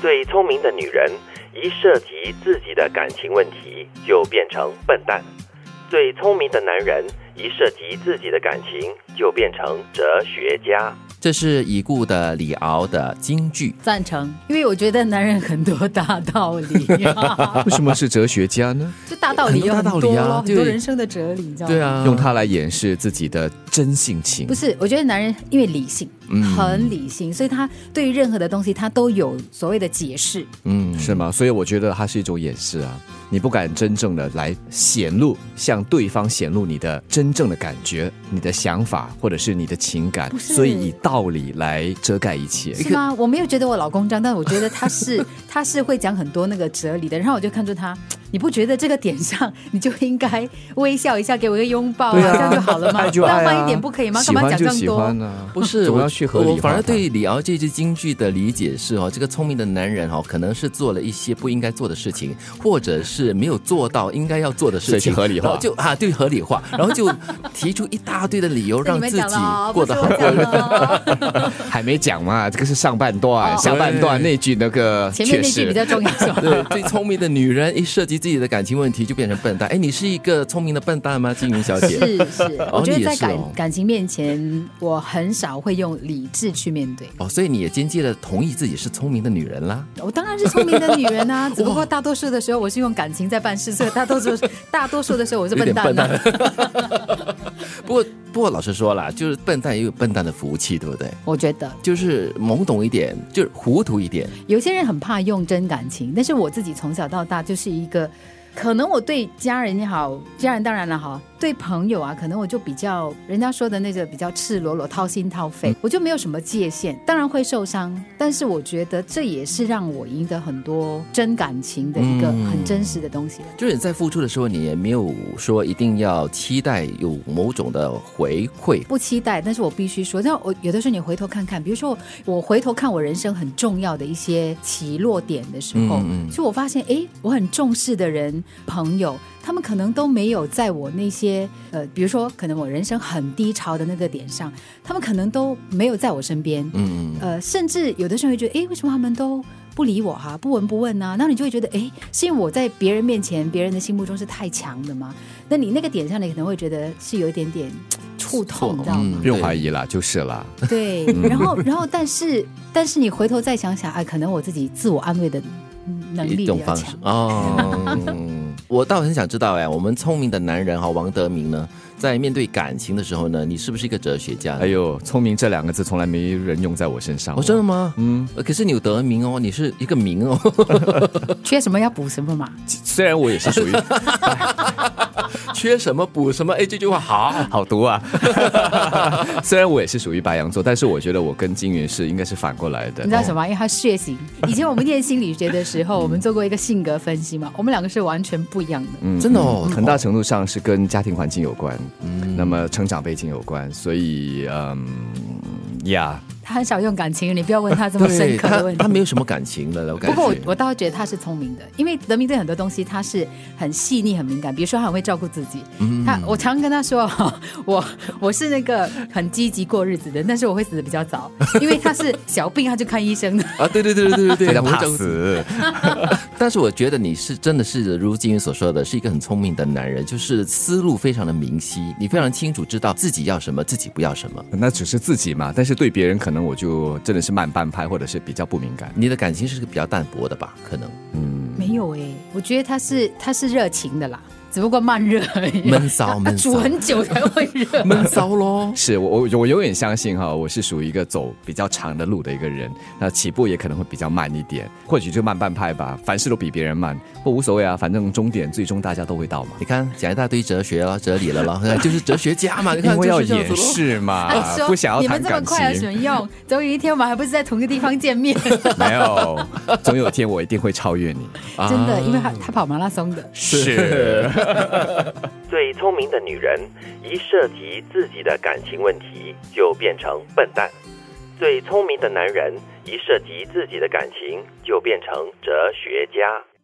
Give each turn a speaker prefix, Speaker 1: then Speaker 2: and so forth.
Speaker 1: 最聪明的女人一涉及自己的感情问题就变成笨蛋，最聪明的男人一涉及自己的感情就变成哲学家。
Speaker 2: 这是已故的李敖的金句。
Speaker 3: 赞成，因为我觉得男人很多大道理、 啊，
Speaker 4: 为什么是哲学 家呢？
Speaker 3: 就大道理有
Speaker 4: 很多大道理啊
Speaker 3: 咯很多
Speaker 4: 对
Speaker 3: 人生的哲理，你知道吗？
Speaker 2: 对啊，
Speaker 4: 用它来掩饰自己的真性情
Speaker 3: 嗯不。是，我觉得男人因为理性，很理性，所以他对于任何的东西他都有所谓的解释。
Speaker 4: 嗯，是吗？所以我觉得它是一种掩饰啊，你不敢真正的来显露，向对方显露你的真正的感觉、你的想法或者是你的情感，
Speaker 3: 不是
Speaker 4: 所以以道理来遮盖一切。
Speaker 3: 是吗？我没有觉得我老公脏，但我觉得他 是他是会讲很多那个哲理的。然后我就看出他，你不觉得这个点上你就应该微笑一下，给我一个拥抱啊，
Speaker 4: 对啊
Speaker 3: 这样就好了吗？
Speaker 4: 爱就爱啊
Speaker 3: 浪漫一点不可以吗？
Speaker 4: 喜
Speaker 3: 干嘛
Speaker 4: 欢
Speaker 3: 讲
Speaker 4: 就
Speaker 3: 这么
Speaker 4: 喜欢啊
Speaker 3: 多？
Speaker 4: 呢、
Speaker 2: 不是，
Speaker 4: 总
Speaker 2: 我
Speaker 4: 要去合理化
Speaker 2: 我反而
Speaker 4: 它
Speaker 2: 对李敖这句京剧的理解是哦，这个聪明的男人哦，可能是做了一些不应该做的事情，或者是没有做到应该要做的
Speaker 4: 所
Speaker 2: 事
Speaker 4: 以去
Speaker 2: 情，
Speaker 4: 合理化
Speaker 2: 然后就啊，对，合理化，然后就提出一大堆的理由
Speaker 3: 对
Speaker 2: 让
Speaker 3: 你
Speaker 2: 自
Speaker 3: 们
Speaker 2: 己
Speaker 3: 讲了哦，
Speaker 2: 过得好
Speaker 3: 不是我
Speaker 2: 过
Speaker 3: 讲
Speaker 2: 日
Speaker 3: 了哦
Speaker 4: 还没讲嘛，这个是上半段，
Speaker 3: 哦
Speaker 4: 下半段那句那个
Speaker 3: 前面那句
Speaker 4: 确
Speaker 3: 比
Speaker 4: 实
Speaker 3: 较重要，是吧？
Speaker 2: 对，最聪明的女人一涉及自己的感情问题就变成笨蛋。哎，你是一个聪明的笨蛋吗，金云小姐？
Speaker 3: 是是，我觉
Speaker 2: 你
Speaker 3: 得
Speaker 2: 也
Speaker 3: 在
Speaker 2: 是
Speaker 3: 感、
Speaker 2: 哦
Speaker 3: 感情面前，我很少会用理智去面对。
Speaker 2: 哦，所以你也间接的同意自己是聪明的女人啦。
Speaker 3: 我当然是聪明的女人啊，只不过大多数的时候我是用感情在办事，所以大多数大多数的时候我是笨蛋、啊。
Speaker 2: 有点笨不过，不过老实说啦，就是笨蛋也有笨蛋的福气，对不对？
Speaker 3: 我觉得
Speaker 2: 就是懵懂一点，就是糊涂一点。
Speaker 3: 有些人很怕用真感情，但是我自己从小到大就是一个，可能我对家人也好，家人当然了哈，对朋友啊，可能我就比较人家说的那个比较赤裸裸、掏心掏肺，我就没有什么界限，当然会受伤，但是我觉得这也是让我赢得很多真感情的一个
Speaker 2: 嗯
Speaker 3: 很真实的东西。
Speaker 2: 就是你在付出的时候，你也没有说一定要期待有某种的回馈。
Speaker 3: 不期待，但是我必须说，但我有的时候你回头看看，比如说我我回头看我人生很重要的一些起落点的时候，
Speaker 2: 嗯嗯
Speaker 3: 就我发现，哎，我很重视的人朋友，他们可能都没有在我那些呃，比如说可能我人生很低潮的那个点上，他们可能都没有在我身边，
Speaker 2: 嗯，
Speaker 3: 呃，甚至有的时候会觉得，哎，为什么他们都不理我哈、不闻不问呐、那你就会觉得，哎，是因为我在别人面前、别人的心目中是太强的吗？那你那个点上，你可能会觉得是有一点点触痛，你知道吗？
Speaker 2: 嗯
Speaker 4: 不用怀疑啦，就是啦。
Speaker 3: 对，然后，然后，但是，但是你回头再想想，哎，可能我自己自我安慰的能力
Speaker 2: 一
Speaker 3: 比
Speaker 2: 种
Speaker 3: 较
Speaker 2: 方式
Speaker 3: 强。
Speaker 2: 哦。我倒很想知道哎，我们聪明的男人哈，王德明呢，在面对感情的时候呢，你是不是一个哲学家？
Speaker 4: 哎呦，聪明这两个字从来没人用在我身上。
Speaker 2: 哦，真的吗？嗯，可是你有德名哦，你是一个名哦。
Speaker 3: 缺什么要补什么嘛。
Speaker 4: 虽然我也是 属于
Speaker 2: 缺什么补什么。哎，这句话好
Speaker 4: 好毒啊， 虽然我也是属于白羊座，但是我觉得我跟金云是应该是反过来的。
Speaker 3: 你知道什么？因为他血型。以前我们念心理学的时候，我们做过一个性格分析嘛，我们两个是完全不一样的。
Speaker 4: 嗯
Speaker 2: 真的哦，
Speaker 4: 很大程度上是跟家庭环境有关，
Speaker 2: 嗯
Speaker 4: 那么成长背景有关，所以嗯呀
Speaker 3: 他很少用感情，你不要问他这么深刻的
Speaker 2: 他
Speaker 3: 问题
Speaker 2: 他。没有什么感情的了，我感
Speaker 3: 不
Speaker 2: 觉。
Speaker 3: 过我我倒觉得他是聪明的，因为德明对很多东西他是很细腻、很敏感。比如说，他很会照顾自己。
Speaker 4: 嗯
Speaker 3: 他我常跟他说， 我我是那个很积极过日子的，但是我会死的比较早， 因为他是小病他就看医生的。
Speaker 2: 啊，对对对对 对对，
Speaker 4: 非常
Speaker 2: 我
Speaker 4: 怕
Speaker 2: 就
Speaker 4: 死，
Speaker 2: 但是我觉得你是真的是如金云所说的，是一个很聪明的男人，就是思路非常的明晰，你非常清楚知道自己要什么，自己不要什么。
Speaker 4: 那只是自己嘛，但是对别人可能我就真的是慢半拍，或者是比较不敏感。
Speaker 2: 你的感情是比较淡薄的吧？可 能
Speaker 3: 没有哎、我觉得他是他是热情的啦，只不过慢热而已。
Speaker 2: 闷骚
Speaker 3: 他
Speaker 2: 闷
Speaker 3: 煮
Speaker 2: 骚
Speaker 3: 很久才会 热。
Speaker 2: 闷骚咯。
Speaker 4: 是我我我永远相信哈，我是属于一个走比较长的路的一个人，那起步也可能会比较慢一点，或许就慢半拍吧，凡事都比别人慢，不无所谓啊，反正终点最终大家都会到嘛。
Speaker 2: 你看，讲一大堆哲学了、哲理了咯， 就是哲学家嘛，你哎看
Speaker 4: 因为要
Speaker 2: 就是这样子
Speaker 4: 掩
Speaker 2: 咯。哎
Speaker 4: 饰 嘛
Speaker 3: 他，说
Speaker 4: 啊不想要
Speaker 3: 你
Speaker 4: 谈
Speaker 3: 们这么
Speaker 4: 感
Speaker 2: 啊
Speaker 3: 快有什么，
Speaker 4: 情
Speaker 3: 用？总有一天我们还不是在同一个地方见 面？
Speaker 4: 没有，总有一天我一定会超越你。
Speaker 3: 真
Speaker 4: 啊
Speaker 3: 的，因为他他跑马拉松的。
Speaker 4: 是，
Speaker 1: 最聪明的女人一涉及自己的感情问题就变成笨蛋，最聪明的男人一涉及自己的感情就变成哲学家。